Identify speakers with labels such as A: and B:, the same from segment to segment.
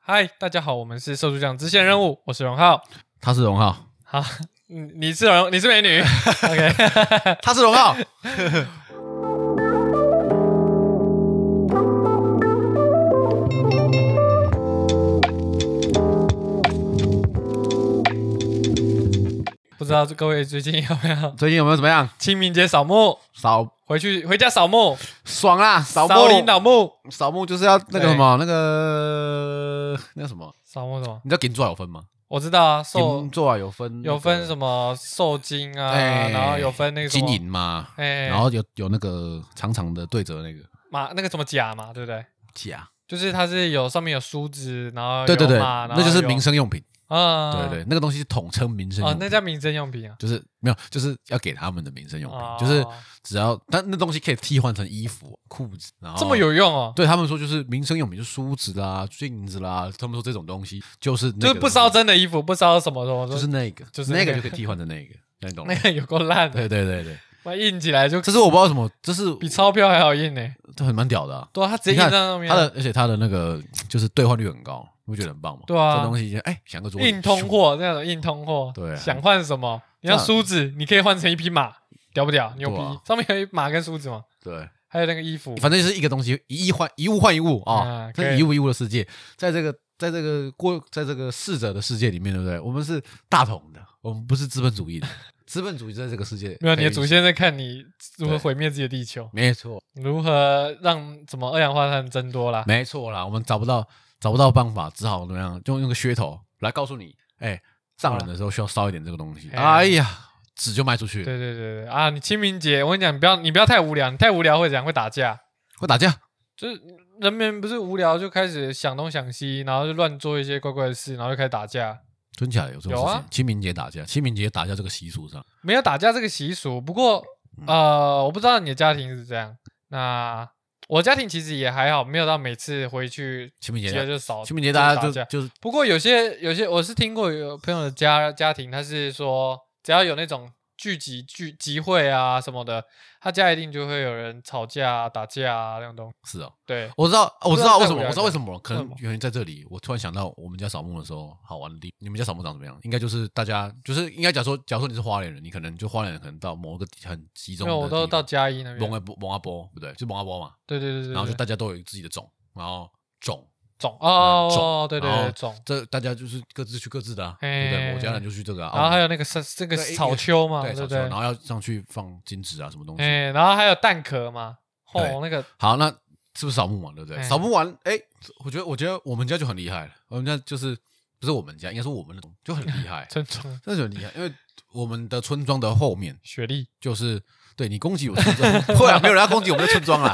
A: 嗨，大家好，我们是《射出奖支线任务》，我是荣浩。
B: 他是荣浩，
A: 好， 你你是荣，你是美 女。OK，
B: 他是荣浩，
A: 不知道各位最近有没 有
B: 最近有没有怎么样？
A: 清明节扫墓？
B: 扫
A: 回去回家扫墓，
B: 爽啦，扫
A: 扫林
B: 墓，
A: 扫墓，
B: 扫墓就是要那个什么，那个那个什么，
A: 扫墓什么？
B: 你知道银座有分吗？
A: 我知道啊，寿
B: 银座啊有分，
A: 有分什
B: 么？
A: 么寿金啊，
B: 哎
A: 然后有分那个什
B: 金
A: 么
B: 银嘛，
A: 哎，
B: 然后有有那个长长的对折的那个
A: 马那个什么甲嘛，对不对？
B: 甲，
A: 就是它是有上面有梳子，然哦后有
B: 对对对，
A: 马然
B: 那
A: 后
B: 就是
A: 有
B: 民生用品，
A: 啊，
B: 对对，那个东西是统称民生
A: 哦
B: 用，
A: 那
B: 品，
A: 叫民生用品啊，
B: 就是没有，就是要给他们的民生用
A: 哦
B: 品，就是只要但那东西可以替换成衣服、裤子，然后
A: 这么有用哦，
B: 对他们说，就是民生用品，就是梳子啦、镜子啦，他们说这种东西就是那个
A: 就是不烧，真的衣服，不烧什么什么，
B: 就是那个，
A: 就是那
B: 那
A: 个
B: 个就可以替换成那个，那你懂 吗
A: 那？个有够烂的，
B: 对对对对，
A: 那印起来就
B: 这是我不知道什么，这是
A: 比钞票还好印呢。
B: 这很蛮屌的啊、
A: 对啊，它直接印
B: 你
A: 在
B: 看
A: 上面
B: 它，的而且它的那个就是兑换率很高，你不觉得很棒吗？
A: 对啊
B: 这东西就哎想个桌子
A: 硬通，货那种硬通货，
B: 对啊
A: 想换什么？你要梳子，你可以换成一匹马，屌不屌？牛逼
B: 对啊！
A: 上面有一马跟梳子嘛，
B: 对，
A: 还有那个衣服，
B: 反正就是一个东西一一换一物换一物啊
A: 啊，
B: 这
A: 可以
B: 是一物一物的世界，在这个在这个过在这个逝者的世界里面，对不对？我们是大同的，我们不是资本主义的，资本主义在这个世界
A: 没有你的
B: 可以
A: 祖先在看你如何
B: 对
A: 毁灭自己的地球，
B: 没错，
A: 如何让什么二氧化碳增多啦。
B: 没错啦，我们找不到找不到办法，只好怎么样，就用个噱头来告诉你，哎，葬人的时候需要烧一点这个东西。
A: 哎
B: 哎呀，纸就卖出去了，
A: 对对对对啊！你清明节，我跟你讲，你不要你不要太无聊，你太无聊会怎样？会打架。
B: 会打架。
A: 就是人们不是无聊就开始想东想西，然后就乱做一些怪怪的事，然后就开始打架。
B: 真假的有这种
A: 有
B: 事
A: 啊
B: 情？清明节打架，清明节打架这个习俗上，
A: 没有打架这个习俗，不过
B: 嗯
A: 呃，我不知道你的家庭是这样。那我家庭其实也还好，没有到每次回去
B: 清明
A: 直
B: 节
A: 接
B: 打
A: 就扫。
B: 清明节大家
A: 就
B: 就是
A: 哦啊打架
B: 就是
A: 不过有些有些我是听过有朋友的家家庭，他是说只要有那种聚集聚集会啊什么的，他家一定就会有人吵架、啊、打架啊那种东西。
B: 是哦，
A: 对，
B: 我知道，哦我知道为什么，
A: 不
B: 我
A: 知
B: 知
A: 道
B: 道
A: 为
B: 为
A: 什
B: 什
A: 么
B: 么，可
A: 为什
B: 能
A: 么
B: 原因在这里。我突然想到，我们家扫墓的时候好玩的地，你们家扫墓长什么样？应该就是大家就是应该假如说，假如说你是花莲人，你可能就花莲可能到某个很集
A: 因
B: 中
A: 为
B: 的地
A: 我
B: 方，
A: 都到嘉义那
B: 蒙
A: 边。
B: 阿波蒙阿波，对不对？就蒙阿波嘛，
A: 对对对对对，
B: 然后就
A: 对
B: 大家都有自己的种，然后种，
A: 种哦，
B: 种
A: 哦对对
B: 然
A: 对，
B: 后
A: 种。
B: 这大家就是各自去各自的、啊，对
A: 嘿
B: 不对？我家人就去这个、啊，
A: 然后还
B: 有
A: 有那个是这个
B: 对一
A: 草丘嘛，
B: 对
A: 对不
B: 草啊
A: 对
B: 球，然？后要上去放金纸啊，什么东西。
A: 哎，然后还有蛋壳嘛，
B: 对
A: 哦，那个
B: 好，那是不是扫墓完，对不对？
A: 哎，
B: 扫墓完，哎，我觉得我觉得我们家就很厉害了，我们家就是不是我们家，应该说我们的就很厉害
A: 村庄
B: 真的很厉害，因为我们的村庄的后面
A: 雪莉，
B: 就是对你攻击我 村庄，会啊，没有人要攻击我们的村庄啦。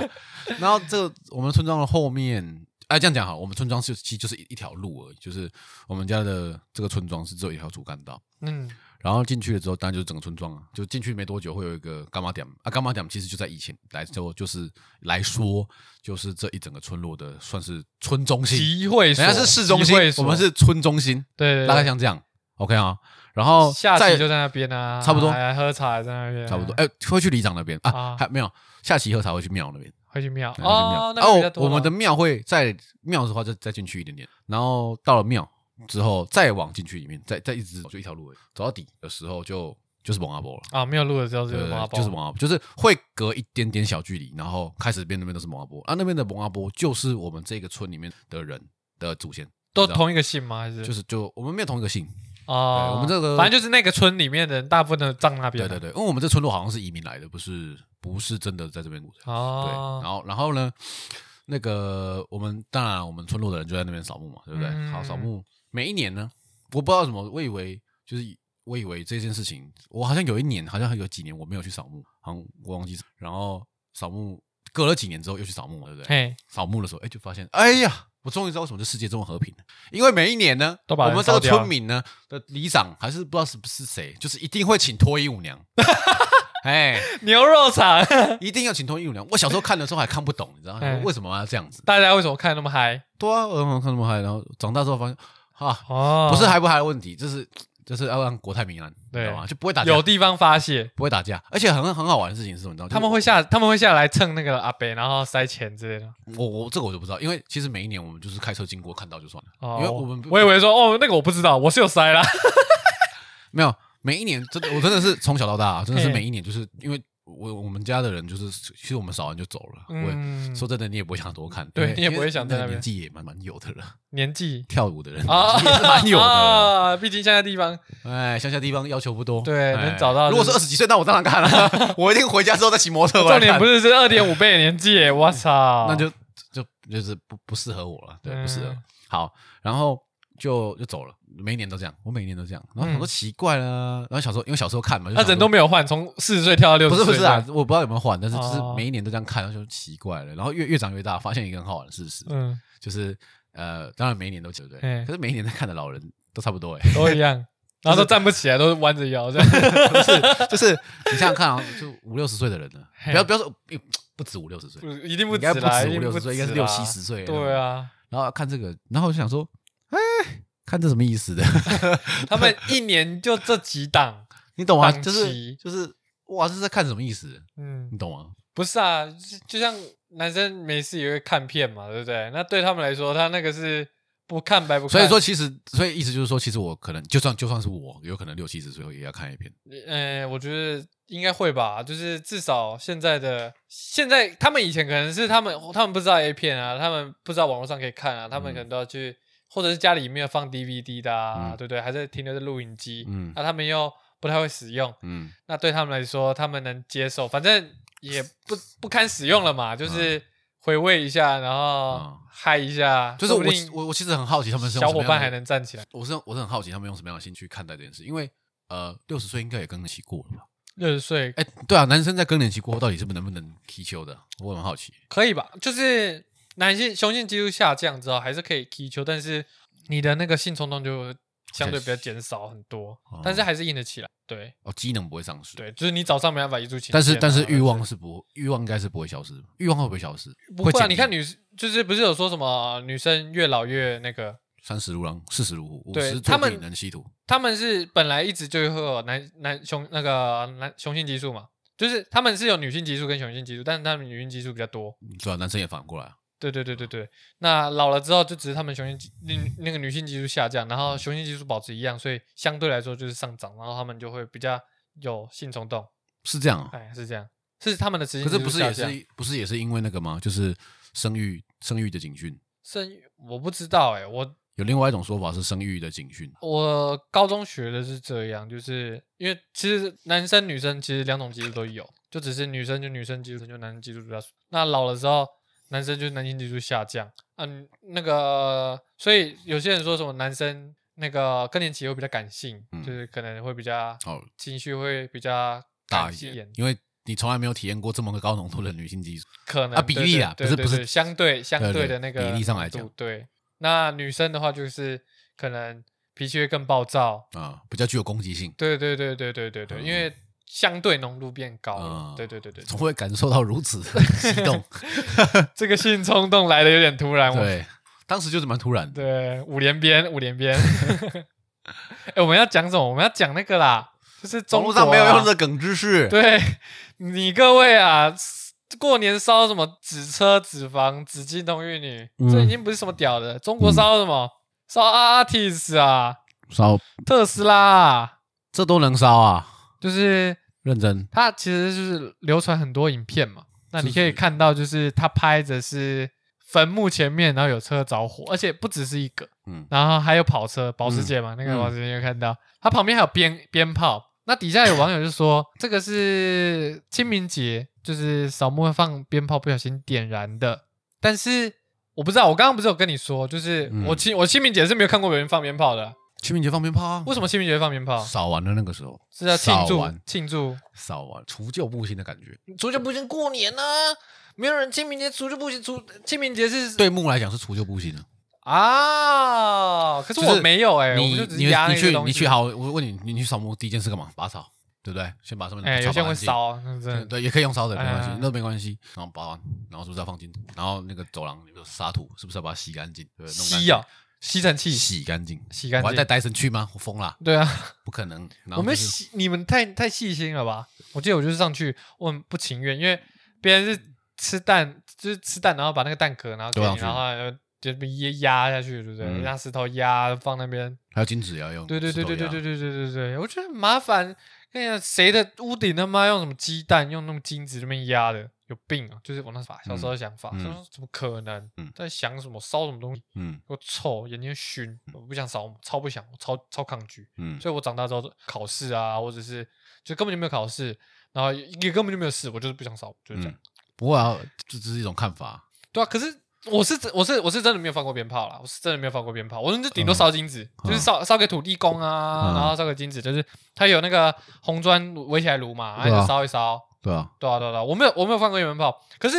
B: 然后这个我们村庄的后面，哎，这样讲好，我们村庄是其实就是一一条路而已，就是我们家的这个村庄是只有一条主干道。
A: 嗯，
B: 然后进去了之后，当然就是整个村庄啊，就进去没多久会有一个干妈点啊，干妈点其实就在以前来说，就是来说就是这一整个村落的算是村中心，
A: 集会所，
B: 人家是市中心
A: 集会，所
B: 我们是村中心，
A: 对对，
B: 大概
A: 对
B: 像这样，OK 啊。然后
A: 下
B: 再
A: 棋就在那边啊，
B: 差不多
A: 还喝茶也在那边啊，
B: 差不多，哎，会去里长那边
A: 啊
B: 啊，还没有下棋喝茶会去庙那边。
A: 回去庙
B: 对
A: 哦，那
B: 那
A: 个比较
B: 就庙然后
A: 多
B: 我们
A: 了
B: 的庙会在庙的话就再进去一点点，然后到了庙之后再往进去里面，再再一直走就一条路而已，走到底的时候就就是蒙阿波了。
A: 啊，没有录的时候是
B: 对，
A: 麻包，
B: 就是蒙阿波，就是会隔一点点小距离，然后开始变那边都是蒙阿波啊，那边的蒙阿波就是我们这个村里面的人的祖先，
A: 都
B: 你知道
A: 同一个姓吗？还是
B: 就是就我们没有同一个姓，
A: 啊，
B: 对我们这个
A: 反正就是那个村里面的人，大部分都葬那边
B: 对
A: 啊，
B: 对对，因为我们这村落好像是移民来的，不是不是真的在这边住的，对，
A: 哦
B: 然，后然后呢，那个我们当然我们村落的人就在那边扫墓嘛，对不对？
A: 嗯
B: 好，扫墓每一年呢，我不知道什么，我以为就是我以为这件事情，我好像有一年，好像有几年我没有去扫墓，好像我忘记。然后扫墓隔了几年之后又去扫墓嘛，对不对？
A: 嘿，
B: 扫墓的时候，哎，就发现，哎呀。我终于知道为什么这世界这么和平了，因为每一年呢，
A: 都把
B: 我
A: 人
B: 们这个
A: 烧掉
B: 村民呢的里长还是不知道是不是谁，就是一定会请脱衣舞娘， 哎，
A: 牛肉厂，
B: 一定要请脱衣舞娘。我小时候看的时候还看不懂，你知道吗
A: 嗯
B: 为什么要这样子？
A: 大家为什么看那么嗨？
B: 对啊，我看那么嗨，然后长大之后发现，啊，
A: 哦，
B: 不是嗨不嗨的问题，就是就是要让国泰民安，你
A: 对
B: 知道吗？就不会打架
A: 有，地方发泄，
B: 不会打架，而且很很好玩的事情是什么？你知道吗？
A: 他们会下他们会下来蹭那个阿北，然后塞钱之类的。
B: 我我这个我就不知道，因为其实每一年我们就是开车经过看到就算了，
A: 哦，
B: 因为我们不
A: 我以为说哦那个我不知道，我是有塞啦。
B: 没有每一年真的我真的是从小到大、啊真的是
A: 嘿
B: 每一年就是因为我我们家的人就是其实我们扫完就走了， 我
A: 嗯，
B: 说真的你也不会想多看，
A: 对
B: 因为
A: 你也不会
B: 因为
A: 想在
B: 那个
A: 那边
B: 年纪也蛮蛮有的了，
A: 年纪
B: 跳舞的人
A: 啊
B: 年纪也是蛮有的。
A: 啊，毕竟现在地 方
B: 哎，乡下地方要求不多，
A: 对
B: 哎
A: 能找到
B: 如果是
A: 就
B: 二十几岁，那我当然 看了，我一定回家之后再骑摩托车回来
A: 重点
B: 看。
A: 不是是二点五倍的年纪耶，我操！
B: 啊 那就就就是不不适合我了，对，不适合
A: 嗯。
B: 好，然后就就走了，每一年都这样，我每一年都这样。然
A: 嗯
B: 后很多奇怪啦，然后小时候因为小时候看嘛，就
A: 他
B: 想说
A: 人都没有换，从四十岁跳到六
B: 不
A: 十
B: 是
A: 岁。
B: 不是啊，，我不知道有没有换，但是
A: 哦
B: 就是每一年都这样看，然后就奇怪了。然后越越长越大，发现一个很好玩的事实，
A: 嗯，
B: 就是呃，当然每一年都对不对？
A: 嗯
B: 可是每一年在看的老人都差不多哎，
A: 都一 样，然后都站不起来，都是弯着腰这样。
B: 不是， 就是你想想看啊，就五六十岁的人呢，
A: 嘿啊
B: 不要不要说哎不止五六十岁，
A: 不一定
B: 应
A: 不
B: 该
A: 止
B: 不
A: 啦，
B: 止
A: 一
B: 五
A: 定
B: 六
A: 不
B: 十岁，应该是
A: 止
B: 六
A: 啦
B: 七十岁。
A: 对，啊，
B: 然后看这个，然后我就想说，哎，看这什么意思的？
A: 他们一年就这几档，
B: 你懂吗？
A: 档
B: 就是
A: 期
B: 就是，哇，这是在看什么意思？
A: 嗯
B: 你，懂吗？
A: 不是啊，就就像男生没事也会看片嘛，对不对？那对他们来说，他那个是不看白不看。
B: 所以说，，其实所以意思就是说，其实我可能就算就算是我，有可能六七十岁后也要看一遍。
A: 呃，我觉得应该会吧，就是至少现在的现在，他们以前可能是他们他们不知道 A 片啊，他们不知道网络上可以看啊，他们
B: 嗯
A: 可能都要去，或者是家里没有放 DVD 的啊，
B: 嗯
A: 对不对？还是停留在录影机，那、
B: 嗯
A: 他们又不太会使用，
B: 嗯，
A: 那对他们来说，他们能接受，反正也不不堪使用了嘛，就是回味一下，然后
B: 嗯
A: 嗨一下，
B: 就是
A: 啊说不定
B: 我我我其实很好奇他们是用
A: 小
B: 什
A: 伙
B: 么样
A: 伴
B: 的
A: 还，能站起来。
B: 我是我是很好奇他们用什么样的心去看待这件事，因为呃，六十岁应该也更年期过了吧？
A: 六十岁
B: 哎，对啊，男生在更年期过后到底是不是能不能踢球的？我很好奇。
A: 可以吧？就是男性雄性激素下降之后，还是可以踢球，但是你的那个性冲动就相对比较减少很多
B: 哦，
A: 但是还是硬得起来。对
B: 哦，机能不会丧失。，
A: 对，就是你早上没办法一柱擎天啊、
B: 但是但是欲望是不欲望应该是不会消失，欲望会不会消失？
A: 不会啊？
B: 减
A: 你
B: 低
A: 看女就是不是有说什么女生越老越那个？
B: 三十如狼，四十如虎，五
A: 对
B: 十
A: 他
B: 做
A: 们
B: 鬼能吸土。
A: 他们是本来一直就会有男男雄那个男雄性激素嘛，就是他们是有女性激素跟雄性激素，但是他们女性激素比较多。
B: 对啊，男生也反过来啊，
A: 对对对对对，那老了之后就只是他们雄性激那那个女性激素下降，然后雄性激素保持一样，所以相对来说就是上涨，然后他们就会比较有性冲动。
B: 是这样啊。
A: 哎，是这样，是他们的雌性激
B: 可是
A: 素
B: 不是
A: 下
B: 也
A: 降。
B: 是不是也是因为那个吗？就是生育生育的警讯，
A: 生育？我不知道哎、我
B: 有另外一种说法是生育的警讯。
A: 我高中学的是这样，就是因为其实男生女生其实两种激素都有，就只是女生就女生激素，就男生激素比较少。那老了之后，男生就男性激素下降，嗯、那个，所以有些人说什么男生那个更年期会比较感性，
B: 嗯
A: 就是可能会比较
B: 哦，
A: 情绪会比较
B: 大
A: 感
B: 一点
A: 性，
B: 因为你从来没有体验过这么个高浓度的女性激素。
A: 可能
B: 啊比例啊
A: 对
B: 不是
A: 对对
B: 不是
A: 对相对相
B: 对对
A: 对的那个
B: 比例上来讲
A: 浓度对。那女生的话就是可能脾气会更暴躁，
B: 啊、比较具有攻击性，
A: 对对对对对对对，因为相对浓度变高
B: 嗯
A: 了。对对对对，
B: 从会感受到如 此的激动。
A: 这个性冲动来的有点突然。我
B: 对，当时就是蛮突然的。
A: 对，五连鞭，五连鞭。 哎，我们要讲什么？我们要讲那个啦，就是中
B: 网
A: 国
B: 络
A: 啊
B: 上没有用的梗知识，
A: 对 你各位啊，过年烧什么纸车、纸房、纸巾、童玉女，这已
B: 嗯
A: 经不是什么屌的。中国烧什么？烧 artist 啊，
B: 烧
A: 特斯拉啊，
B: 这都能烧啊，
A: 就是
B: 认真。
A: 它其实就是流传很多影片嘛，那你可以看到，就是他拍的是坟墓前面，然后有车着火，而且不只是一个，
B: 嗯，
A: 然后还有跑车，保时捷嘛，那个保时捷有看到，它旁边还有鞭鞭炮。那底下有网友就说，这个是清明节，就是扫墓放鞭炮不小心点燃的。但是我不知道，我刚刚不是有跟你说，就是
B: 嗯
A: 我清、我清明节是没有看过有人放鞭炮的。啊
B: 清明节放鞭炮啊，
A: 为什么清明节会放鞭炮？
B: 扫完了那个时候
A: 是要庆
B: 扫
A: 祝
B: 完
A: 庆祝
B: 扫完除旧布新的感觉。
A: 除旧布新过年呢、没有人清明节除旧布新，除清明节是
B: 对木来讲是除旧布新的。
A: 啊，可是
B: 就
A: 我
B: 是
A: 没有哎、我
B: 你
A: 们就只
B: 你
A: 是压
B: 你
A: 那个
B: 去
A: 东西。
B: 你去好，我问你，你去扫墓第一件事干嘛？拔草，对不对？先把上面的
A: 哎、
B: 草
A: 有些人
B: 拔
A: 会
B: 干净，
A: 烧，那真
B: 对
A: 的
B: 对，也可以用烧的，没关系
A: 哎，
B: 那没关系。然后拔完，然后是不是要放进？然后那个走廊有沙土，是不是要把它洗干净？对，弄干净
A: 吸啊，吸尘器
B: 洗干净，
A: 洗干
B: 我还带
A: 净。
B: 戴森去吗？我疯了，
A: 对啊，
B: 不可能。然后
A: 我们
B: 就是
A: 细你们太太细心了吧？我记得我就是上去，我很不情愿，因为别人是吃蛋，就是吃蛋，然后把那个蛋壳然后给
B: 嗯丢上
A: 你，
B: 去
A: 然后呃就被压压下去，对不对？
B: 嗯
A: 拿石头压放那边，
B: 还有金纸也要用，
A: 对对对对对对
B: 对，
A: 对对对对，我觉得很麻烦。跟你讲，谁的屋顶他妈用什么鸡蛋，用那么金子那边压的，有病啊！就是我那法小时候的想法，
B: 嗯
A: 想说怎么可能
B: 嗯？
A: 在想什么烧什么东西？
B: 嗯
A: 我臭，眼睛熏，我不想烧，超不想，我超超抗拒。
B: 嗯，
A: 所以我长大之后考试啊，或者是就根本就没有考试，然后也也根本就没有事，我就是不想扫，就是这样。
B: 嗯不过啊，这这是一种看法。
A: 对啊，可是我是真我是我是真的没有放过鞭炮啦，我是真的没有放过鞭炮，我就顶多
B: 嗯
A: 烧金子，就是
B: 嗯
A: 烧烧给土地公啊，
B: 嗯
A: 然后烧给金子，就是它有那个红砖围起来炉嘛，然
B: 对
A: 后
B: 啊
A: 就烧一烧。
B: 对啊，
A: 对啊对啊，对啊我没有我没有放过鞭炮，可是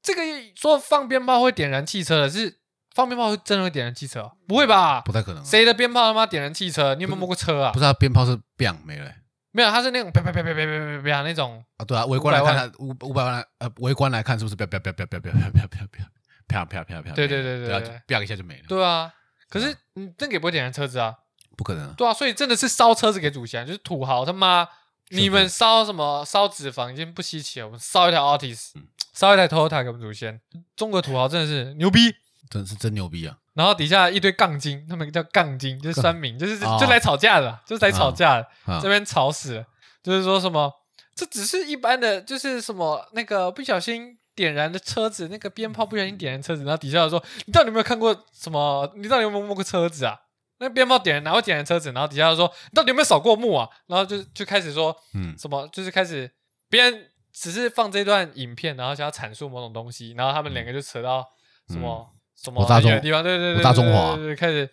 A: 这个说放鞭炮会点燃汽车的是放鞭炮会真的会点燃汽车？哦不会吧
B: 不？太可能啊。
A: 谁的鞭炮他妈点燃汽车？你有没有摸过车啊
B: 不？是他鞭炮是 bang 没了欸
A: 没有，它是那种啪啪啪啪啪啪啪啪那种
B: 啊？对啊，围观来看他五五百万来，呃，围观来看是不是 bang bang bang bang bang bang bang bang bang 啪啪啪啪？
A: 对对对对
B: 对啊，
A: 对
B: 就 bang 一下就没了。
A: 对啊，可
B: 对
A: 是嗯你真给不会点燃车子啊？
B: 不可能啊。
A: 对啊，所以真的是烧车子给祖先，就是土豪他妈，
B: 是
A: 你们烧什么烧脂肪已经不稀奇了，我们烧一台 Altis，
B: 嗯
A: 烧一台 Toyota 给我们祖先，中国土豪真的是牛逼。
B: 真是真牛逼啊！
A: 然后底下一堆杠精，他们叫杠精，就是酸民，就是
B: 哦
A: 就来吵架的，就是来吵架的，
B: 啊
A: 这，边吵死了，就是说什么这只是一般的，就是什么那个不小心点燃的车子，那个鞭炮不小心点燃车子，然后底下说你到底有没有看过什么？你到底有没有摸过车子啊？那鞭炮点燃哪会点燃车子？然后底下说你到底有没有扫过墓啊？然后就就开始说
B: 嗯，
A: 什么，就是开始别人只是放这段影片，然后想要阐述某种东西，然后他们两个就扯到什么、什么
B: 嗯我大
A: 很
B: 中
A: 远的地方，对对对，
B: 我大中华
A: 对对对对开始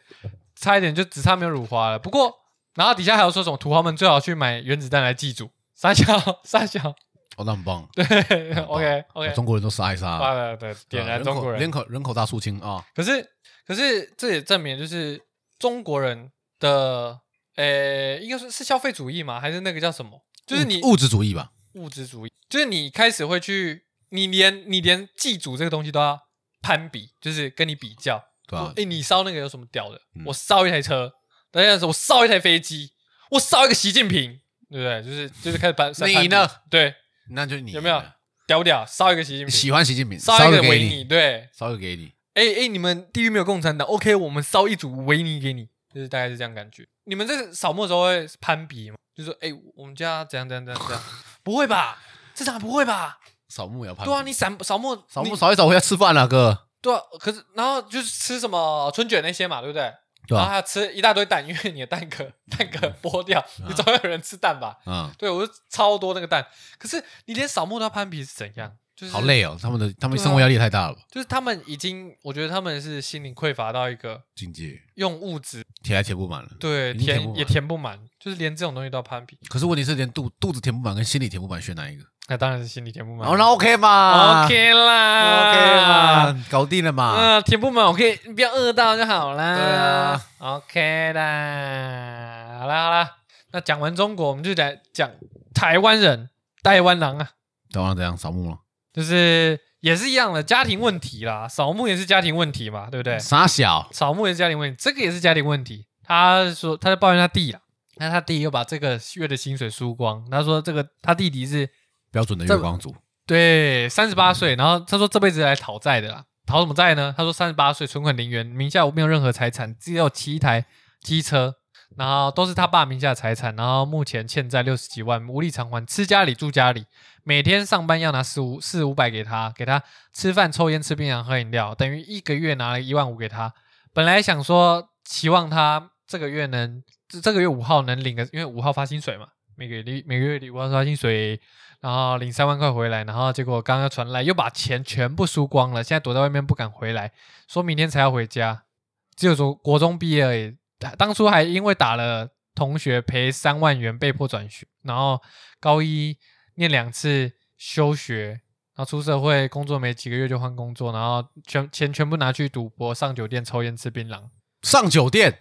A: 差一点就只差没有辱华了。不过，然后底下还有说什么土豪们最好去买原子弹来祭祖，傻小傻小，
B: 哦，那很棒。
A: 对
B: 棒
A: ，OK OK，
B: 中国人都杀一杀啊，
A: 对对，点燃
B: 啊
A: 中国
B: 人
A: 人。
B: 口人口人口大肃清啊！
A: 可是可是这也证明就是中国人的。呃，应该说是消费主义吗？还是那个叫什么？就是你
B: 物物质主义吧？
A: 物质主义，就是你开始会去，你连你连祭祖这个东西都要攀比，就是跟你比较。
B: 对啊
A: 说诶你烧那个有什么屌的？
B: 嗯
A: 我烧一台车，大家说我烧一台飞机，我烧一个习近平，对不对？就是就是开始 攀。在攀比
B: 你呢？
A: 对，
B: 那就你
A: 有没有屌不屌？烧一个习近平，
B: 喜欢习近平？
A: 烧一
B: 一
A: 个
B: 个
A: 维
B: 给
A: 尼，
B: 你，
A: 对。
B: 烧一个给你。
A: 哎哎，你们地狱没有共产党，OK，我们烧一组维尼给你，就是大概是这样感觉。你们在扫墓的时候会攀比吗？就说哎、我们家怎样怎样怎样怎样， 不会吧？这场不会吧？
B: 扫墓也要攀比。
A: 对啊，你扫扫墓，
B: 扫墓
A: 你
B: 扫一扫回家吃饭了，哥。
A: 对啊，可是然后就是吃什么春卷那些嘛，对不对？
B: 对
A: 然后
B: 啊，
A: 还有吃一大堆蛋，因为你的蛋壳蛋壳剥掉，你总要有人吃蛋吧？
B: 嗯，
A: 对，我就超多那个蛋，可是你连扫墓都要攀比是怎样？就是
B: 好，累哦，他们的他们
A: 对啊
B: 生活压力也太大了吧？
A: 就是他们已经，我觉得他们是心灵匮乏到一个
B: 境界
A: 用物质
B: 填还填不满了。
A: 对
B: 已经填不
A: 填
B: 满
A: 也填不满，就是连这种东西都要攀比，
B: 可是问题是，连肚肚子填不满跟心里填不满，选哪一个？
A: 那当然是心里填不满。
B: 哦，那 OK 嘛
A: OK 啦
B: OK 嘛，搞定了嘛。
A: 嗯，填不满我可以不要饿到就好啦。
B: 啊对啊
A: ，OK 啦，好啦好啦，那讲完中国，我们就来讲台湾人、台湾狼啊，
B: 怎样怎样扫墓了？
A: 就是也是一样的家庭问题啦，扫墓也是家庭问题嘛，对不对？
B: 傻小，
A: 扫墓也是家庭问题，这个也是家庭问题。他说他在抱怨他弟啦，那他弟又把这个月的薪水输光，他说这个他弟弟是
B: 标准的
A: 这
B: 月光族。
A: 对，三十八岁，然后他说这辈子来讨债的啦，讨什么债呢？他说三十八岁，存款零元，名下没有任何财产，只有七台机车，然后都是他爸名下的财产，然后目前欠债六十几万，无力偿还，吃家里住家里，每天上班要拿四五四五百给他，给他吃饭、抽烟、吃槟榔、喝饮料，等于一个月拿了一万五给他。本来想说期望他这个月能，这这个月五号能领个，因为五号发薪水嘛，每个月每个月五号发薪水。然后领三万块回来，然后结果刚刚传来又把钱全部输光了，现在躲在外面不敢回来，说明天才要回家。只有说国中毕业而已，当初还因为打了同学赔三万元被迫转学，然后高一念两次休学，然后出社会工作没几个月就换工作，然后全钱全部拿去赌博、上酒店、抽烟、吃槟榔。
B: 上酒店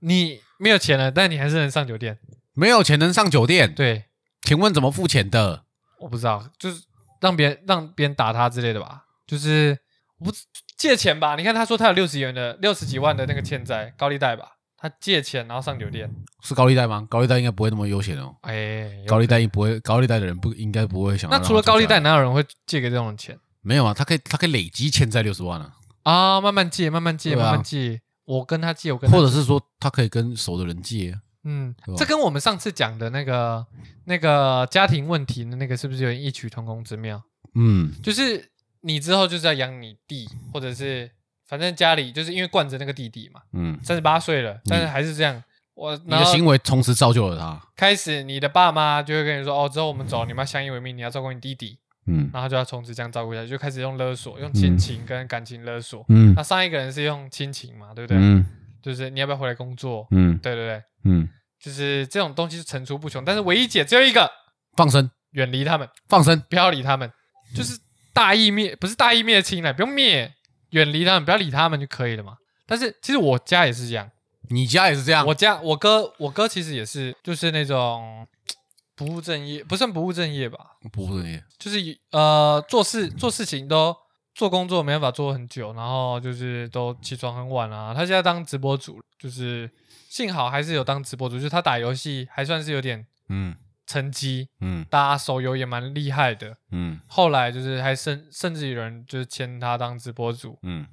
A: 你没有钱了，但你还是能上酒店。
B: 没有钱能上酒店，
A: 对，
B: 请问怎么付钱的？
A: 我不知道，就是让别人让别人打他之类的吧。就是我不借钱吧？你看他说他有六十元的六十几万的那个欠债高利贷吧，他借钱然后上酒店，
B: 是高利贷吗？高利贷应该不会那么悠闲哦。
A: 哎、有
B: 高利贷不会，高利贷的人不应该不会想要
A: 那
B: 让他
A: 除了高利贷，
B: 出家，
A: 哪有人会借给这种钱
B: 没有啊，他可以他可以累积欠债六十万啊，
A: 啊？慢慢借，慢慢借，
B: 对啊
A: 慢慢借。我跟他借，我跟他
B: 或者是说他可以跟熟的人借啊，
A: 嗯
B: 对，吧
A: 这跟我们上次讲的那个那个家庭问题的那个是不是有点异曲同工之妙？
B: 嗯，
A: 就是你之后就是要养你弟，或者是反正家里就是因为惯着那个弟弟嘛，
B: 嗯，
A: 三十八岁了，但是还是这样。我
B: 你
A: 然
B: 的
A: 后
B: 行为从此造就了他，
A: 开始，你的爸妈就会跟你说：“哦，之后我们走，你们要相依为命，你要照顾你弟弟。”
B: 嗯
A: 然后就要从此这样照顾下去，就开始用勒索，用亲情跟感情勒索。
B: 嗯
A: 那上一个人是用亲情嘛，对不对？
B: 嗯
A: 就是你要不要回来工作？
B: 嗯
A: 对对对，
B: 嗯，
A: 就是这种东西是层出不穷，但是唯一解只有一个，
B: 放生
A: 远离他们，
B: 放生，
A: 不要理他们，就是大义灭，不是大义灭亲啊了，不用灭，远离他们，不要理他们就可以了嘛。但是其实我家也是这样，
B: 你家也是这样，
A: 我家我哥我哥其实也是，就是那种不务正业，不算不务正业吧，
B: 不是你，
A: 就是呃做事做事情都做工作没办法做很久，然后就是都起床很晚啊。他现在当直播主，就是幸好还是有当直播主，就是他打游戏还算是有点
B: 嗯
A: 成绩，
B: 嗯
A: 打手游也蛮厉害的。
B: 嗯
A: 后来就是还甚甚至有人就是签他当直播主，
B: 嗯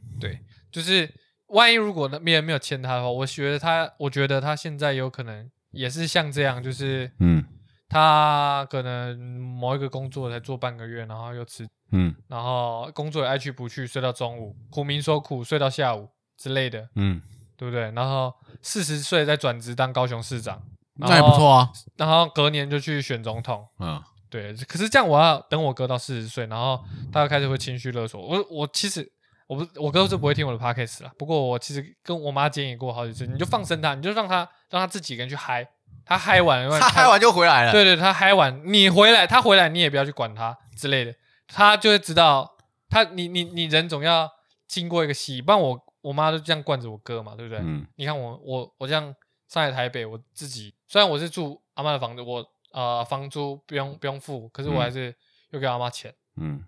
A: 就是万一如果那面没有签他的话，我觉得他，我觉得他现在有可能也是像这样，就是
B: 嗯
A: 他可能某一个工作才做半个月，然后又辞，
B: 嗯
A: 然后工作也爱去不去，睡到中午，苦民所苦，睡到下午之类的，
B: 嗯，
A: 对不对？然后四十岁再转职当高雄市长，
B: 那也不错啊，
A: 然后隔年就去选总统，
B: 嗯
A: 对，可是这样我要等我哥到四十岁，然后大家开始会情绪勒索我。我其实我不，我哥是不会听我的 podcast 啦。不过我其实跟我妈建议过好几次，你就放生他，你就让他让他自己一个人去嗨，他嗨完，
B: 他嗨，完就回来了，
A: 对对，他嗨完，你回来，他回来你也不要去管他之类的，他就会知道他你你你人总要经过一个洗，不然我我妈都这样惯着我哥嘛，对不对？
B: 嗯
A: 你看我我我这样上海台北，我自己虽然我是住阿妈的房子，我呃房租不用不用付，可是我还是又给阿妈钱。
B: 嗯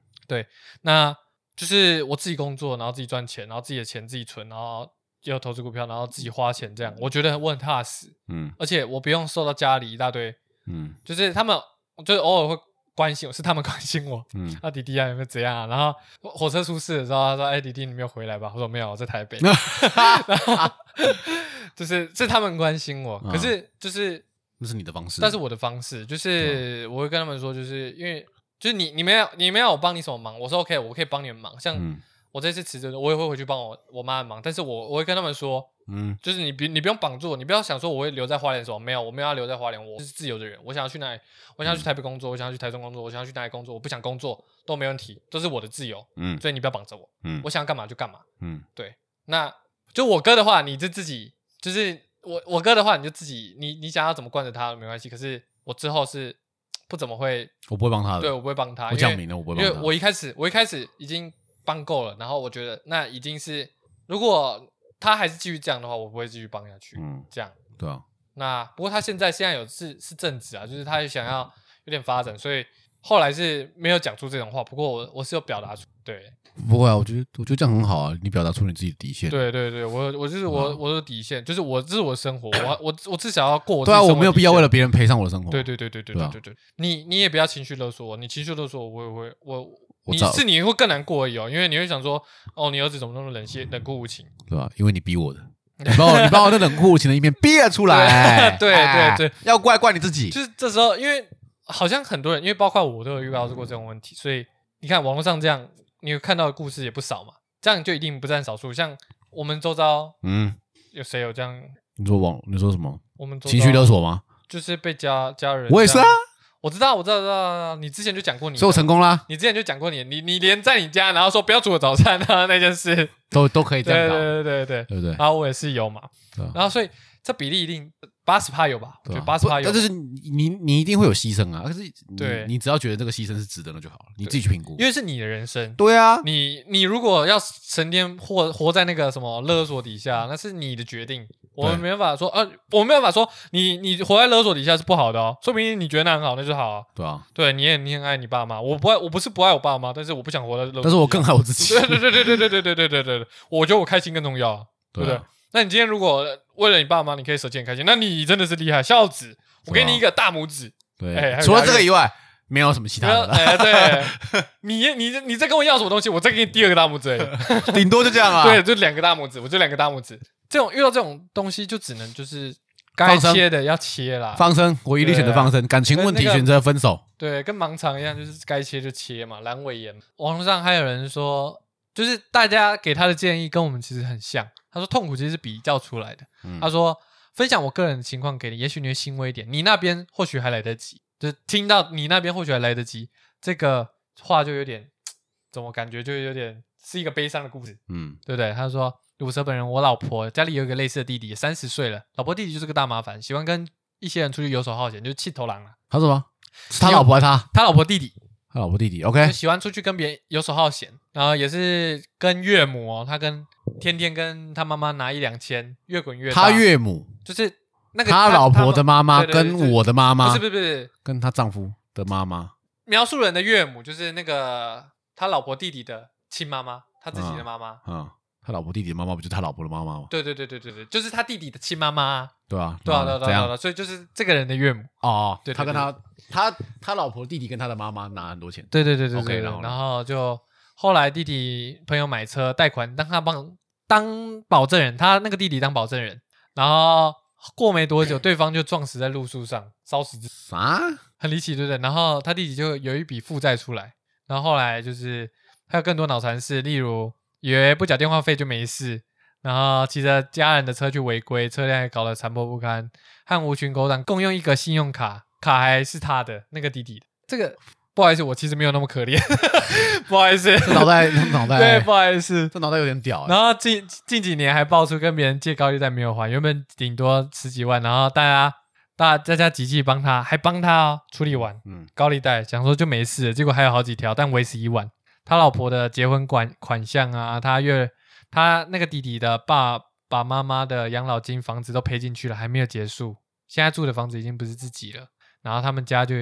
A: 那就是我自己工作，然后自己赚钱，然后自己的钱自己存，然后又投资股票，然后自己花钱，这样我觉得我很踏实，
B: 嗯
A: 而且我不用受到家里一大堆，
B: 嗯
A: 就是他们就是偶尔会关心我，是他们关心我。
B: 嗯，
A: 啊，弟弟啊，有没有怎样啊？然后火火车出事的时候，他说：“哎、弟弟，你没有回来吧？”我说：“没有，我在台北。”然后就是是他们关心我，可是就是
B: 那是你的方式，
A: 但是我的方式就是我会跟他们说，就是因为就是你你没有你没有我帮你什么忙，我说 OK，我可以帮你的忙。像
B: 嗯
A: 我这次辞职，我也会回去帮我我妈的忙，但是我我会跟他们说，
B: 嗯
A: 就是你不你不用绑住我，你不要想说我会留在花莲什么，没有，我没有要留在花莲，我是自由的人，我想要去哪里，我
B: 嗯
A: 想要去台北工作，我想要去台中工作，我想要去哪里工作，我不想工作都没问题，都是我的自由，
B: 嗯
A: 所以你不要绑着我，
B: 嗯
A: 我想要干嘛就干嘛。
B: 嗯
A: 那就我哥的话，你就自己就是我我哥的话，你就自己你你想要怎么惯着他没关系，可是我之后是不怎么会，
B: 我不会帮他的，
A: 对我不会帮他，
B: 呃我
A: 因为
B: 讲明了，我不会
A: 因为
B: 帮他。
A: 我一开始我一开始已经帮够了，然后我觉得那已经是如果他还是继续这样的话，我不会继续帮下去，
B: 嗯，
A: 这样。
B: 对啊，
A: 那不过他现在现在有是是正职啊，就是他也想要有点发展，所以后来是没有讲出这种话。不过我我是有表达出，对
B: 不会啊，我觉得我觉得这样很好啊，你表达出你自己的底线。
A: 对对对，我我就是我、
B: 嗯
A: 我的底线，就是我这是我的生活，我我我至少要过我自
B: 对
A: 己
B: 啊，
A: 生活
B: 我
A: 的
B: 没有必要
A: 底线
B: 为了。别人赔上我的生活。
A: 对对对对对
B: 对
A: 对
B: 啊
A: 对对，你你也不要情绪勒索我，你情绪勒索我，我也会我
B: 我
A: 你
B: 知道
A: 是你会更难过而已哦，因为你会想说，哦，你儿子怎么那么冷血冷酷无情？
B: 对吧？因为你逼我的，你把我你把我那冷酷无情的一面逼了出来。
A: 对
B: 哎
A: 对对，
B: 要怪怪你自己。
A: 就是这时候，因为好像很多人，因为包括我都有遇到过这种问题，所以你看网络上这样，你有看到的故事也不少嘛，这样就一定不占少数。像我们周遭
B: 嗯，
A: 有谁有这样？
B: 你说网你说什么
A: 我们周遭
B: 情绪勒索吗？
A: 就是被家家人，
B: 我也是啊，，
A: 我知道，我知道，知道，你之前就讲过你的，
B: 所以我成功啦，
A: 你之前就讲过你，你你连在你家，然后说不要煮我早餐啊那件事，
B: 都都可以 这
A: 对
B: 样
A: 对对
B: 搞，
A: 对对，啊
B: 对不对？
A: 然后我也是有嘛
B: 对啊，
A: 然后所以这比例一定八十趴有吧，
B: 对
A: 就
B: 啊
A: 八十
B: 不
A: 趴有
B: 但，是你你你一定会有牺牲啊，可是你
A: 对
B: 你只要觉得这个牺牲是值得的就好了，你自己去评估。
A: 因为是你的人生，
B: 对啊，
A: 你你如果要成天活活在那个什么勒索底下，那是你的决定，我们没办法说啊，我们没办法说你你活在勒索底下是不好的哦，说明你觉得那很好，那就好啊。
B: 对啊，
A: 对，你也你很爱你爸妈，我不爱，我不是不爱我爸妈，但是我不想活在勒索底下。
B: 但是我更爱我自己，
A: 对对对对对对对对对对对，我觉得我开心更重要啊，对不
B: 对
A: 对
B: 啊？
A: 那你今天如果为了你爸妈，你可以舍弃很开心，那你真的是厉害，孝子，我给你一个大拇指。哎还
B: 对，啊
A: 有
B: 除了
A: 还有
B: 这个以外，没有什么其
A: 不
B: 他
A: 要
B: 的了，
A: 哎， 对，你你你在跟我要什么东西，我再给你第二个大拇指而已。
B: 顶多就这样啊。
A: 对，，就两个大拇指，我就两个大拇指。这种遇到这种东西，就只能就是该
B: 放生
A: 切的要切啦。
B: 放生，我一律选择放生。感情问题
A: 啊那个
B: 选择分手，
A: 对，跟盲肠一样，就是该切就切嘛，阑尾炎。网络上还有人说，就是大家给他的建议跟我们其实很像。他说痛苦其实是比较出来的。
B: 嗯
A: 他说分享我个人的情况给你，也许你会欣慰一点。你那边或许还来得及，就是听到你那边或许还来得及，这个话就有点怎么感觉就有点是一个悲伤的故事。
B: 嗯，
A: 对不对？他说，鲁蛇本人，我老婆家里有一个类似的弟弟，三十岁了，老婆弟弟就是个大麻烦，喜欢跟一些人出去游手好闲，就是气头狼了。
B: 他说什么？是他老婆还是他？
A: 他老婆弟弟
B: 他老婆弟弟
A: 就
B: ，OK，
A: 喜欢出去跟别人游手好闲，然后也是跟岳母、哦，他跟天天跟他妈妈拿一两千，越滚越大。
B: 他岳母，
A: 就是那个
B: 他老婆的
A: 妈
B: 妈妈
A: 对对对
B: 跟我的妈
A: 不
B: 妈
A: 是，不是不是
B: 跟她丈夫的妈妈，
A: 描述人的岳母，就是那个他老婆弟弟的亲妈妈，他自己的妈妈。
B: 嗯，他老婆弟弟的妈妈不就是他老婆的妈妈吗？
A: 对对对对对对，就是他弟弟的亲妈妈啊，
B: 对啊，
A: 对啊
B: 妈
A: 对
B: 妈
A: 啊对啊
B: 怎
A: 对啊
B: 样
A: 对啊，？所以就是这个人的岳母。
B: 哦，
A: 对对
B: 他跟他他他老婆弟弟跟他的妈妈拿很多钱，
A: 对对对对
B: OK，
A: 对对
B: 然后呢
A: 然后就后来弟弟朋友买车贷款，当他帮当保证人，他那个弟弟当保证人，然后过没多久，对方就撞死在路树上，烧死自己，
B: 啥？
A: 很离奇，对不对？然后他弟弟就有一笔负债出来，然后后来就是还有更多脑残事，例如以为不缴电话费就没事。然后骑着家人的车去违规，车辆也搞得残破不堪，和无群狗党共用一个信用卡，卡还是他的那个弟弟的。这个不好意思，我其实没有那么可怜， 不好意思，
B: 这 脑袋，这脑
A: 对，
B: 袋
A: 不，好意思。
B: 这脑袋有点屌欸。
A: 然后近近几年还爆出跟别人借高利贷没有还，原本顶多十几万，然后大家大大家集体帮他，还帮他、哦、处理完
B: 嗯，
A: 高利贷，想说就没事了，结果还有好几条，但为时已晚。他老婆的结婚款款项啊，他月他那个弟弟的爸爸妈妈的养老金、房子都赔进去了，还没有结束。现在住的房子已经不是自己了，然后他们家就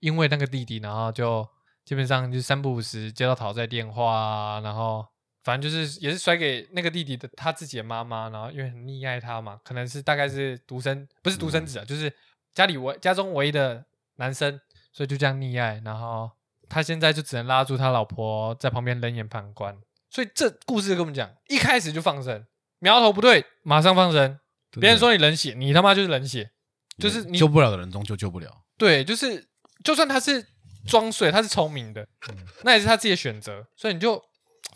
A: 因为那个弟弟，然后就基本上就三不五时接到讨债电话啊，然后反正就是也是甩给那个弟弟的他自己的妈妈，然后因为很溺爱他嘛，可能是大概是独生，不是独生子啊，就是家里唯家中唯一的男生，所以就这样溺爱，然后他现在就只能拉住他老婆在旁边冷眼旁观。所以这故事跟我们讲，一开始就放生，苗头不对，马上放生。
B: 真的
A: 别人说你冷血，你他妈就是冷血，就是你
B: 救不了的人终究救不了。
A: 对，就是就算他是装睡，他是聪明的，
B: 嗯
A: 那也是他自己的选择，所以你就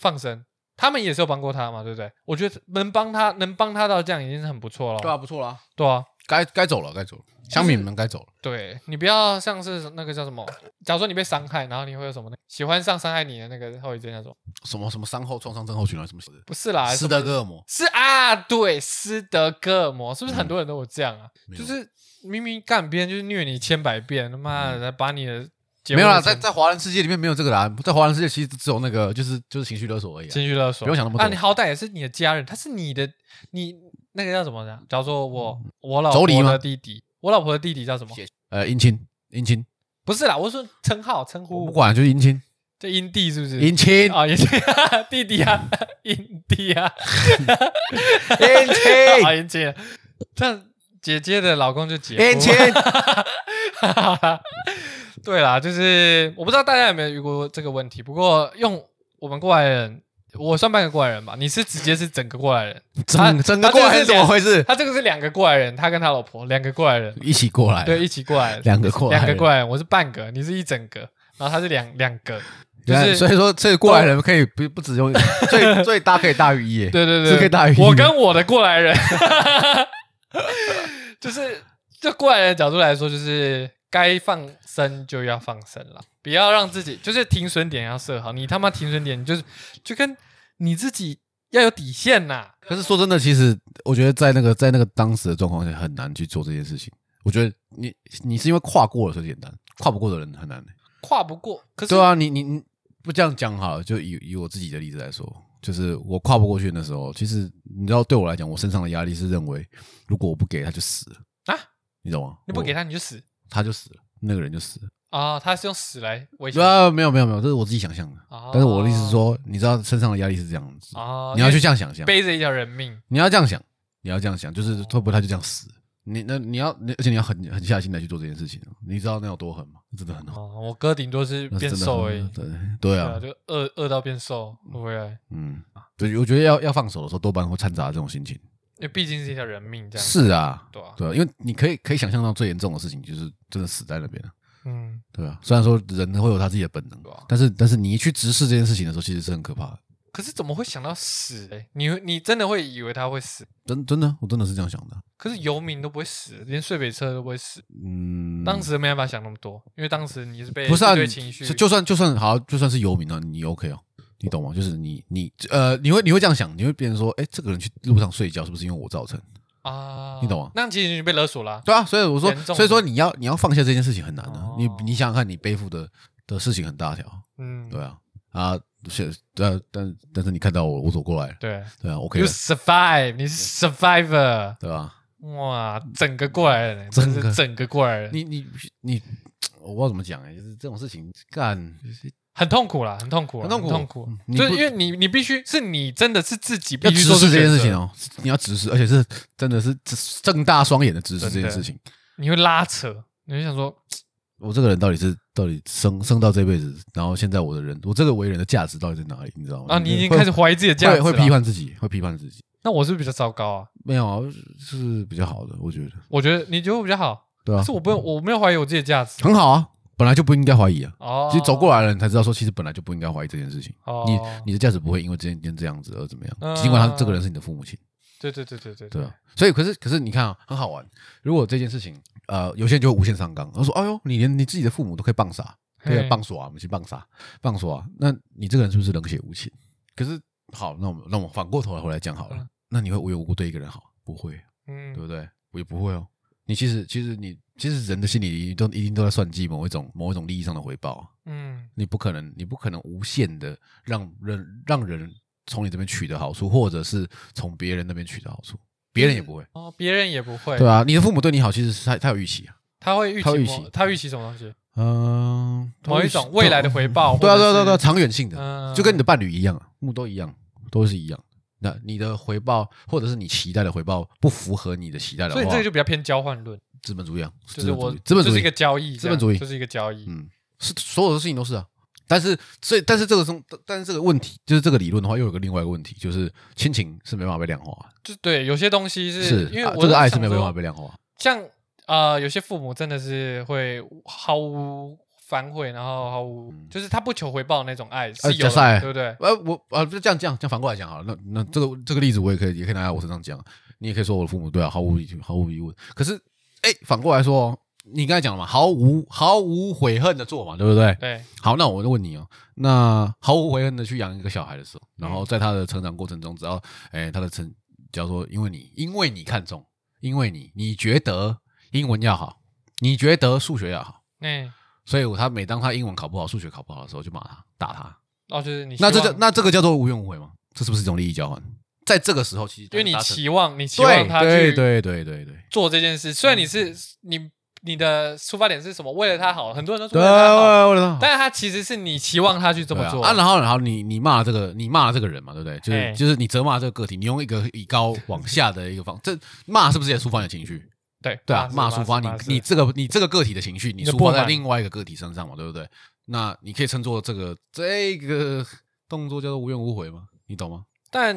A: 放生。他们也是有帮过他嘛，对不对？我觉得能帮他能帮他到这样已经是很不错了。
B: 对啊，不错啦，
A: 对啊，
B: 该该走了，该走了，乡民们该走了。
A: 对你不要像是那个叫什么，假如说你被伤害，然后你会有什么呢？喜欢上伤害你的那个后遗症叫什么？
B: 什么什么伤后创伤症候群啊，什么死
A: 不是啦，
B: 斯德哥尔摩，
A: 是啊，对，斯德哥尔摩是不是很多人都有这样啊？
B: 没有
A: 就是明明干别人就是虐你千百遍，他妈的把你的结
B: 嗯没
A: 婚
B: 有啦，
A: 的
B: 在
A: 钱
B: 在华人世界里面没有这个啦，在华人世界其实只有那个就是就是情绪勒索而已啊。
A: 情绪勒索，
B: 不用想那么多
A: 啊！你好歹也是你的家人，他是你的，你那个叫什么呢？假如说我我老
B: 嗯妯
A: 婆
B: 娌吗
A: 的弟弟，我老婆的弟弟叫什么？
B: 血呃，姻亲，姻亲，
A: 不是啦，我说称号称
B: 我不
A: 呼，
B: 管，就是姻亲，
A: 这英弟哦是不是？
B: 姻亲，
A: 啊，也是 弟弟啊， 英弟啊，
B: 姻
A: 啊，
B: 亲，
A: 英姐，这样姐姐的老公就姐
B: 姻
A: 夫
B: 亲，
A: 对啦，就是我不知道大家有没有遇过这个问题，不过用我们过来人，我算半个过来人吧，你是直接是整个过来人，
B: 整整个过来是怎么回事？
A: 他这个是两个过来人，他跟他老婆两个过来人，
B: 一起过来，
A: 对，，一起过来，
B: 两个过来，
A: 两个过来人，我是半个，你是一整个，然后他是两两个，就
B: 原来
A: 是
B: 所以说，这个过来人可以不不只用最最大可以大于一耶，
A: 对对
B: 这可
A: 对，
B: 以大于一。
A: 我跟我的过来人， 就是就过来人的角度来说，就是该放生就要放生了，不要让自己就是停损点要设好，你他妈停损点你就是就跟你自己要有底线呐、
B: 可是说真的，其实我觉得在那个在那个当时的状况下很难去做这件事情。我觉得你你是因为跨过了所以简单，跨不过的人很难。
A: 跨不过，可是
B: 啊对啊，你你你不这样讲好了，就以以我自己的例子来说，就是我跨不过去的时候，其实你知道，对我来讲，我身上的压力是认为，如果我不给他就死了
A: 啊，
B: 你懂吗？
A: 你不给
B: 他，
A: 他你就死
B: 他就死了，那个人就死了。
A: 啊！他是用死来哦威胁。
B: 啊，没有没有没有，这是我自己想象的。
A: 但
B: 但是我的意思是说，你知道身上的压力是这样子，
A: 啊，
B: 你要去
A: 因
B: 这样想象
A: 为，背着一条人命
B: 你要这样想，你要这样想，就是会不会他就这样死？你那你要，你而且你要狠狠下心来去做这件事情，哦你知道那有多狠吗？真的很狠，
A: 哦，我哥顶多是
B: 那是
A: 变
B: 真的
A: 瘦而
B: 很
A: 已
B: 狠。对对
A: 对
B: 啊
A: 啊，，就饿饿到变瘦回来，
B: 嗯，
A: 啊
B: 对，我觉得要要放手的时候，多半会掺杂这种心情。
A: 因为毕竟是一条人命，这样
B: 是啊，
A: 对啊，
B: 对啊，因为你可以可以想象到最严重的事情，就是真的死在那边了，
A: 嗯，
B: 对啊。虽然说人会有他自己的本能
A: 对啊，
B: 但是但是你一去直视这件事情的时候，其实是很可怕的。
A: 可是怎么会想到死、欸？你会你真的会以为他会死？
B: 真真的，我真的是这样想的。
A: 可是游民都不会死，连睡北车都不会死。
B: 嗯，
A: 当时没办法想那么多，因为当时你是被
B: 不是啊，
A: 一堆
B: 你
A: 情绪
B: 就就算就算好，就算是游民啊，你 OK 哦，你懂吗？就是你你呃，你会你会这样想，你会变成说，哎，这个人去路上睡觉是不是因为我造成？
A: 啊，
B: 你懂吗
A: 那其实你被勒索啦、
B: 对啊，所以我说
A: 严，重的
B: 所以说你要你要放下这件事情很难的、
A: 哦
B: 你你想想看，你背负的的事情很大条，
A: 嗯，
B: 对啊啊，是但但但是你看到我我走过来了，
A: 对
B: 对啊，OK
A: ，You
B: 了，
A: survive，你是 survivor，
B: 对吧？
A: 哇，整个过来了、欸，
B: 整个
A: 真是整个过来了，
B: 你你你，我不知道怎么讲哎、就是这种事情干，
A: 很痛苦啦，很痛苦啦，
B: 很痛苦
A: 很痛苦
B: 嗯，你
A: 就是
B: 不
A: 因为你你必须是你真的是自己
B: 要
A: 必
B: 直
A: 须做
B: 视
A: 出
B: 这件事情
A: 选择，
B: 哦，你要直视，而且是真的是睁大双眼的直视这
A: 真
B: 件
A: 的
B: 事情。
A: 你会拉扯，你会想说，
B: 我这个人到底是到底生生到这辈子，然后现在我的人，我这个为人的价值到底在哪里？哦你知道吗？
A: 啊，你已经
B: 会
A: 开始怀疑自己的价值
B: 会
A: 了
B: 会批，判自己，会批判自己。
A: 那我是不是比较糟糕啊？
B: 没有啊，是比较好的，我觉得，
A: 我觉得你觉得我比较好，
B: 对啊
A: 可是，我不用，我没有怀疑我自己的价值
B: 很好啊，本来就不应该怀疑啊。
A: 哦。
B: 其实走过来了，你才知道说，其实本来就不应该怀疑这件事情。
A: 哦，
B: 你你的价值不会因为这件这样子而怎么样，
A: 嗯
B: 尽管他这个人是你的父母亲，
A: 对对对对对
B: 对啊。所以，可是可是你看啊，很好玩。如果这件事情，呃，有些人就会无限上纲，他说：“哎呦，你连你自己的父母都可以棒杀，对啊，
A: 嘿
B: 棒耍、啊，我们去棒杀，棒耍、啊。那你这个人是不是冷血无情？可是好，那我们那我们反过头来回来讲好了，
A: 嗯
B: 那你会无缘无故对一个人好？不会，对啊
A: 嗯，
B: 不对？我也不会哦。你其实其实你其实人的心里都一定都在算计某一种某一种利益上的回报啊、
A: 嗯，
B: 你不可能你不可能无限的让人让人从你这边取得好处，或者是从别人那边取得好处，别人也不会。
A: 哦，别人也不会，
B: 嗯对啊，你的父母对你好，其实是他他有预期啊，
A: 他会预
B: 他会
A: 期
B: 预
A: 某
B: 期
A: 他预期什么东西？
B: 嗯，
A: 某一种未来的回报，
B: 对啊，
A: 或者
B: 对啊，对啊，
A: 是
B: 对啊，长远性的，
A: 嗯
B: 就跟你的伴侣一样啊，目都一样，都是一样。那你的回报或者是你期待的回报不符合你的期待的
A: 所
B: 话，
A: 以这个就比较偏交换论，
B: 资本主义啊，
A: 就
B: 资
A: 是
B: 本主
A: 我
B: 义，资本
A: 就
B: 主
A: 是一
B: 义
A: 个交易，
B: 资本主
A: 这
B: 义
A: 样就是一个交易，
B: 嗯，是所有的事情都是啊。但是，所以，但是这个中，但是这个问题，就是这个理论的话，又有一个另外一个问题，就是亲情是没办法被量化，
A: 就对，有些东西
B: 是
A: 因为
B: 啊
A: 我
B: 这个
A: 在
B: 爱
A: 想
B: 是没有办
A: 说
B: 法被量化。
A: 像呃，有些父母真的是会毫无反悔，然后毫无、就是他不求回报那种爱是
B: 嗯呃
A: 有
B: 假赛
A: 的，对不对？
B: 呃，我啊，这样这样这样反过来讲好了，那那这个这个例子我也可以也可以拿在我身上讲，你也可以说我的父母对啊，毫无疑毫无疑问。可是，哎，反过来说哦，你刚才讲了嘛，毫无毫无悔恨的做嘛，对不对？
A: 对，
B: 好，那我就问你哦，
A: 嗯
B: 那毫无悔恨的去养一个小孩的时候，然后在他的成长过程中，只要哎他的成，假如说因为你因为你看中，因为你你觉得英文要好，你觉得数学要好，
A: 嗯，
B: 所以我他每当他英文考不好、数学考不好的时候，就骂他打他。
A: 哦，就是你希
B: 那这
A: 望
B: 叫那这个叫做无怨无悔吗？这是不是一种利益交换？在这个时候，其实
A: 因为你
B: 达成
A: 期望你期
B: 对
A: 望他
B: 对嗯
A: 去
B: 对对对对
A: 做这件事，虽然你是你你的出发点是什么，为了他好，很多人都是
B: 对，
A: 为了他好，
B: 我知道。
A: 但是他其实是你期望他去这么做
B: 对啊，啊然后然后你你骂这个你骂这个人嘛，对不对？就是
A: 哎
B: 就是你责骂这个个体，你用一个以高往下的一个方，这骂是不是也抒发你的情绪？
A: 对
B: 对啊，
A: 骂
B: 骂
A: 是
B: 抒发你
A: 是
B: 你这个你这个个体的情绪，你
A: 你的
B: 抒
A: 不
B: 发
A: 满
B: 在另外一个个体身上嘛，对不对？那你可以称作这个这个动作叫做无怨无悔吗？你懂吗？
A: 但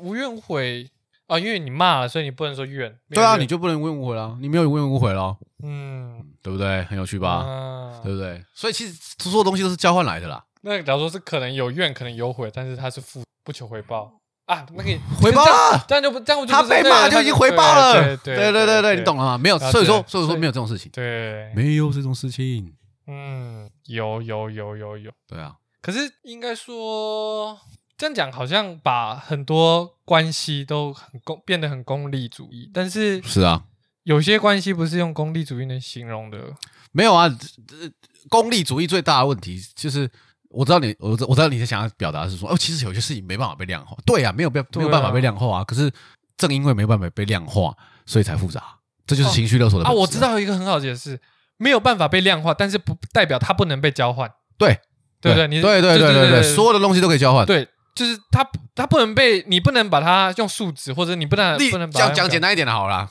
A: 无怨无悔啊，因为你骂了，所以你不能说怨，没有
B: 对啊，
A: 怨
B: 你就不能无怨无悔了，你没有无怨无悔了，
A: 嗯，
B: 对不对？很有趣吧？
A: 啊吧
B: 对不对？所以其实所有东西都是交换来的啦。
A: 那假如说是可能有怨，可能有悔，但是他是负不求回报啊，那 个
B: 回报了
A: 这样就不这样我就
B: 他
A: 不是
B: 被骂
A: 对
B: 就已经回报了，
A: 对
B: 对
A: 对
B: 对对，你懂
A: 了，
B: 了吗？没有，
A: 了解
B: 所以说所以
A: 所
B: 说
A: 以
B: 没有这种事情，
A: 对，
B: 没有这种事情。
A: 嗯，有有有有有，
B: 对啊，
A: 可是应该说这样讲，好像把很多关系都很功变得很功利主义，但是
B: 是啊，
A: 有些关系不是用功利主义能形容的，
B: 没有啊。呃功利主义最大的问题就是我知道你，我知我知道你是想要表达的是说，哦，其实有些事情没办法被量化。对啊，没有被
A: 对啊
B: 没有办法被量化啊。可是正因为没办法被量化，所以才复杂。啊这就是情绪勒索的
A: 啊，
B: 本质
A: 我知，道有一个很好的解释，没有办法被量化，但是不代表它不能被交换，
B: 对
A: 对不对？你
B: 对对对对对，所有的东西都可以交换。
A: 对，就是它它不能被你不能把它用数值，或者你不能
B: 例
A: 不能把它
B: 讲
A: 用
B: 讲简单一点的好啦，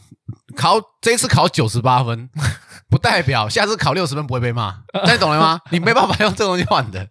B: 考这次考九十八 分，不代表下次考六十分不会被骂，那你懂了吗？你没办法用这个东西换的。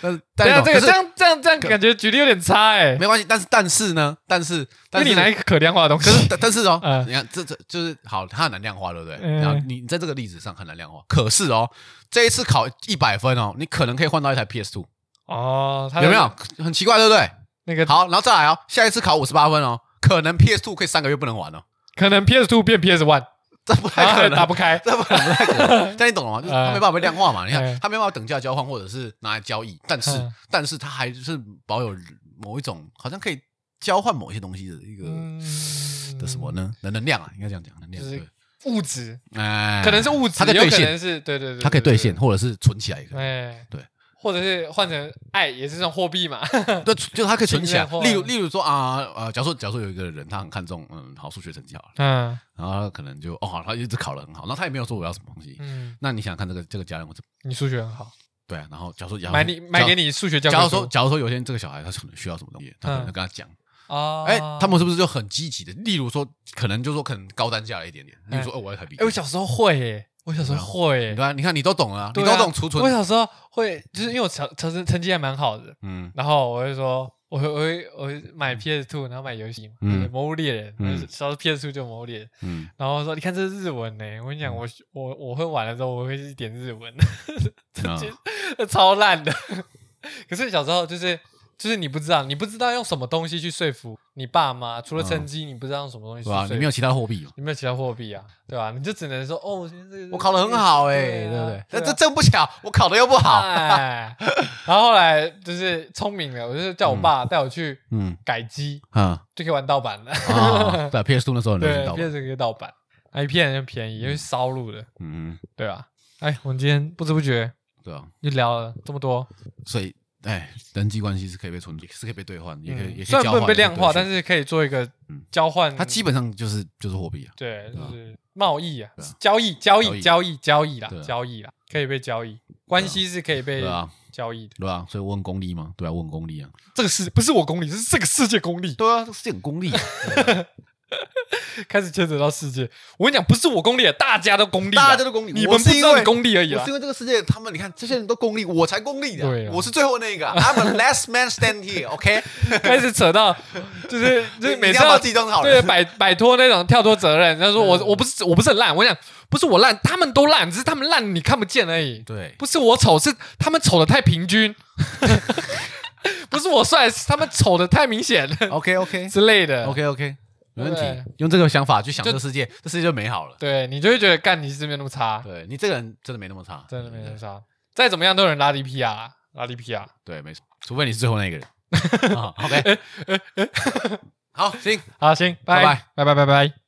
B: 但是但
A: 等一下这个
B: 你懂可
A: 这
B: 是
A: 样这样这样感觉举例有点差哎、
B: 没关系，但是但是呢，但是
A: 因
B: 但
A: 为
B: 是
A: 你拿一个可量化的东西
B: 可，是但但是 哦
A: 嗯，
B: 你看这这就是好，它很难量化，对不对？
A: 嗯
B: 然后你在这个例子上很难量化，可是哦，这一次考一百分哦，你可能可以换到一台 PS Two，
A: 哦，它的
B: 有没有？很奇怪，对不对？
A: 那个
B: 好，然后再来哦，下一次考五十八分哦，可能 PS Two 可以三个月不能玩哦，
A: 可能 PS Two 变 PS One，
B: 这不太
A: 然后
B: 可
A: 还
B: 能，
A: 啊打不开，
B: 这不可能不太 可能，但你懂了吗？就是他
A: 嗯
B: 没办法被量化嘛，你看
A: 嗯
B: 他没办法等价交换或者是拿来交易，但是
A: 嗯
B: 但是他还是保有某一种好像可以交换某一些东西的一个
A: 嗯，
B: 的什么呢？能能量啊，应该这样讲，能量
A: 就是
B: 对
A: 物质，
B: 哎
A: 可能是物质
B: 它可，以
A: 有
B: 兑
A: 可
B: 现，
A: 能是对对对，
B: 它可以兑现，
A: 对，
B: 或者是存起来也可以，
A: 哎，
B: 对，
A: 或者是换成爱，也是这种货币嘛，
B: 对，就是它可以存起来
A: 信任。或
B: 例如，例如说啊呃，假如说假如说有一个人他很看重嗯好数学成绩好了，
A: 嗯
B: 然后他可能就哦好他一直考得很好，那他也没有说我要什么东西。
A: 嗯，
B: 那你想想看这个这个家人，我怎么
A: 你数学很好，
B: 对啊？然后假如说假如
A: 买你买给。你数学教
B: 假
A: 科书
B: 如假如说，假如说有一天这个小孩他可能需要什么东西，他可能
A: 嗯
B: 就跟他讲，
A: 啊，
B: 哎，他们是不是就很积极的？例如说，可能就说可能高单价了一点点，例如说，哦，我要台币，
A: 哎，我小时候会耶，我小时候会耶
B: 你，看，你看，你都懂了啊，你
A: 对啊
B: 都懂储存
A: 我，小时候会，就是因为我成成绩成绩还蛮好的，
B: 嗯
A: 然后我会说，我会我会我会买 PS Two，然后买游戏嘛，
B: 嗯
A: 就是魔物猎人，
B: 嗯
A: 就是小时候 PS Two 就魔物猎人，
B: 嗯，
A: 然后说你看这是日文呢，我跟你讲，我我我会玩的时候我会去点日文，
B: 啊
A: 超烂的。可是小时候就是就是你不知道，你不知道用什么东西去说服你爸妈，除了成绩，你不知道用什么东西去
B: 嗯对
A: 说
B: 吧？
A: 服。
B: 你没有其他货币嘛？
A: 你没有其他货币啊，对吧、你就只能说哦，我觉得这个
B: 我考得很好哎、
A: 啊
B: 对不对？
A: 啊
B: 那这真不巧，我考得又不好。
A: 哎， 然后后来就是聪明了，我就是叫我爸带我去
B: 嗯
A: 改机，
B: 啊
A: 就可以玩盗版了。
B: 啊，对，PS Two 那时候很流行
A: 对
B: 盗，版
A: 变，成一个盗版，啊那一片就便宜，因为烧录的，
B: 嗯，
A: 对吧？哎，我们今天不知不觉
B: 对啊，
A: 就聊了这么多，
B: 所以哎，人际关系是可以被存，也是可以被兑换，也可以，
A: 嗯
B: 也可以
A: 虽然
B: 交
A: 不能
B: 换
A: 被量化，但
B: 是
A: 是可以做一个
B: 嗯
A: 交换。
B: 它基本上就是就是货币啊。
A: 对，
B: 对
A: 就
B: 啊
A: 是贸易啊
B: 对啊，
A: 交易，交
B: 交易
A: 易，交易，交易啦
B: 对啊，啊
A: 交易啦，可以被交易，关系是可以被
B: 对啊，
A: 交易的。
B: 对啊，所以我很功利嘛，对啊，我很功利啊，
A: 这个世不是我功利，是这个世界功利。
B: 对啊，这是很功利啊，
A: 开始牵扯到世界。我跟你讲，不是我功利，大家都功利啦，
B: 大家都功利
A: 你
B: 我
A: 们不
B: 是
A: 知
B: 因
A: 道
B: 为
A: 你功利啊而已
B: 我
A: 啦
B: 是因。为这个世界，他们你看这些人都功利，我才功利的
A: 对
B: 啊，
A: 啊
B: 我是最后那个啊，I'm a last man stand here，OK，
A: 开始扯到， 就是 就是每
B: 你
A: 次
B: 要把
A: 要
B: 自己嗯当成好
A: 对
B: 人，
A: 摆摆脱那种跳脱责任。他说我我不是我不是很烂，我跟你讲不是我烂，他们都烂，只是他们烂你看不见而已。
B: 对
A: 不是我丑，是他们丑的太平均。 不是我帅，是他们丑的太明 显
B: ，OK OK，
A: 之类的。
B: OK OK，没问
A: 对
B: 题。用这个想法去想
A: 就
B: 这个世界，这世界就美好了。
A: 对你就会觉得干你是没有那么差，
B: 对你这个人真的没那么差，
A: 真的没那么差。再怎么样都有人拉低 PR，啦拉低 PR。
B: 对，没错，除非你是最后那个人。 啊 OK，好，行。
A: 好，行，拜
B: 拜
A: 拜拜拜拜拜。